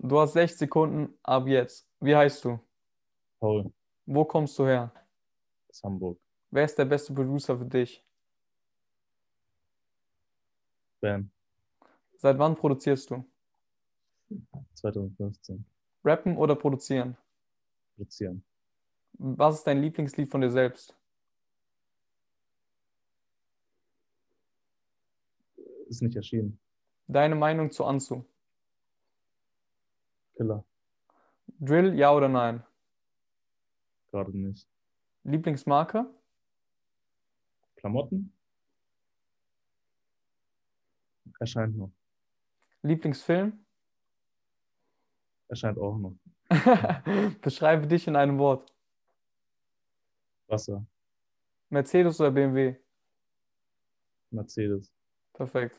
Du hast 6 Sekunden ab jetzt. Wie heißt du? Paul Wo kommst du her? aus Hamburg. Wer ist der beste Producer für dich? Bam. Seit wann produzierst du? 2015. Rappen oder produzieren? Produzieren. Was ist dein Lieblingslied von dir selbst? Ist nicht erschienen. Deine Meinung zu Anzu? Killer. Drill, ja oder nein? Gerade nicht. Lieblingsmarke? Klamotten? Erscheint noch. Lieblingsfilm? Erscheint auch noch. Beschreibe dich in einem Wort. Wasser. Mercedes oder BMW? Mercedes. Perfekt.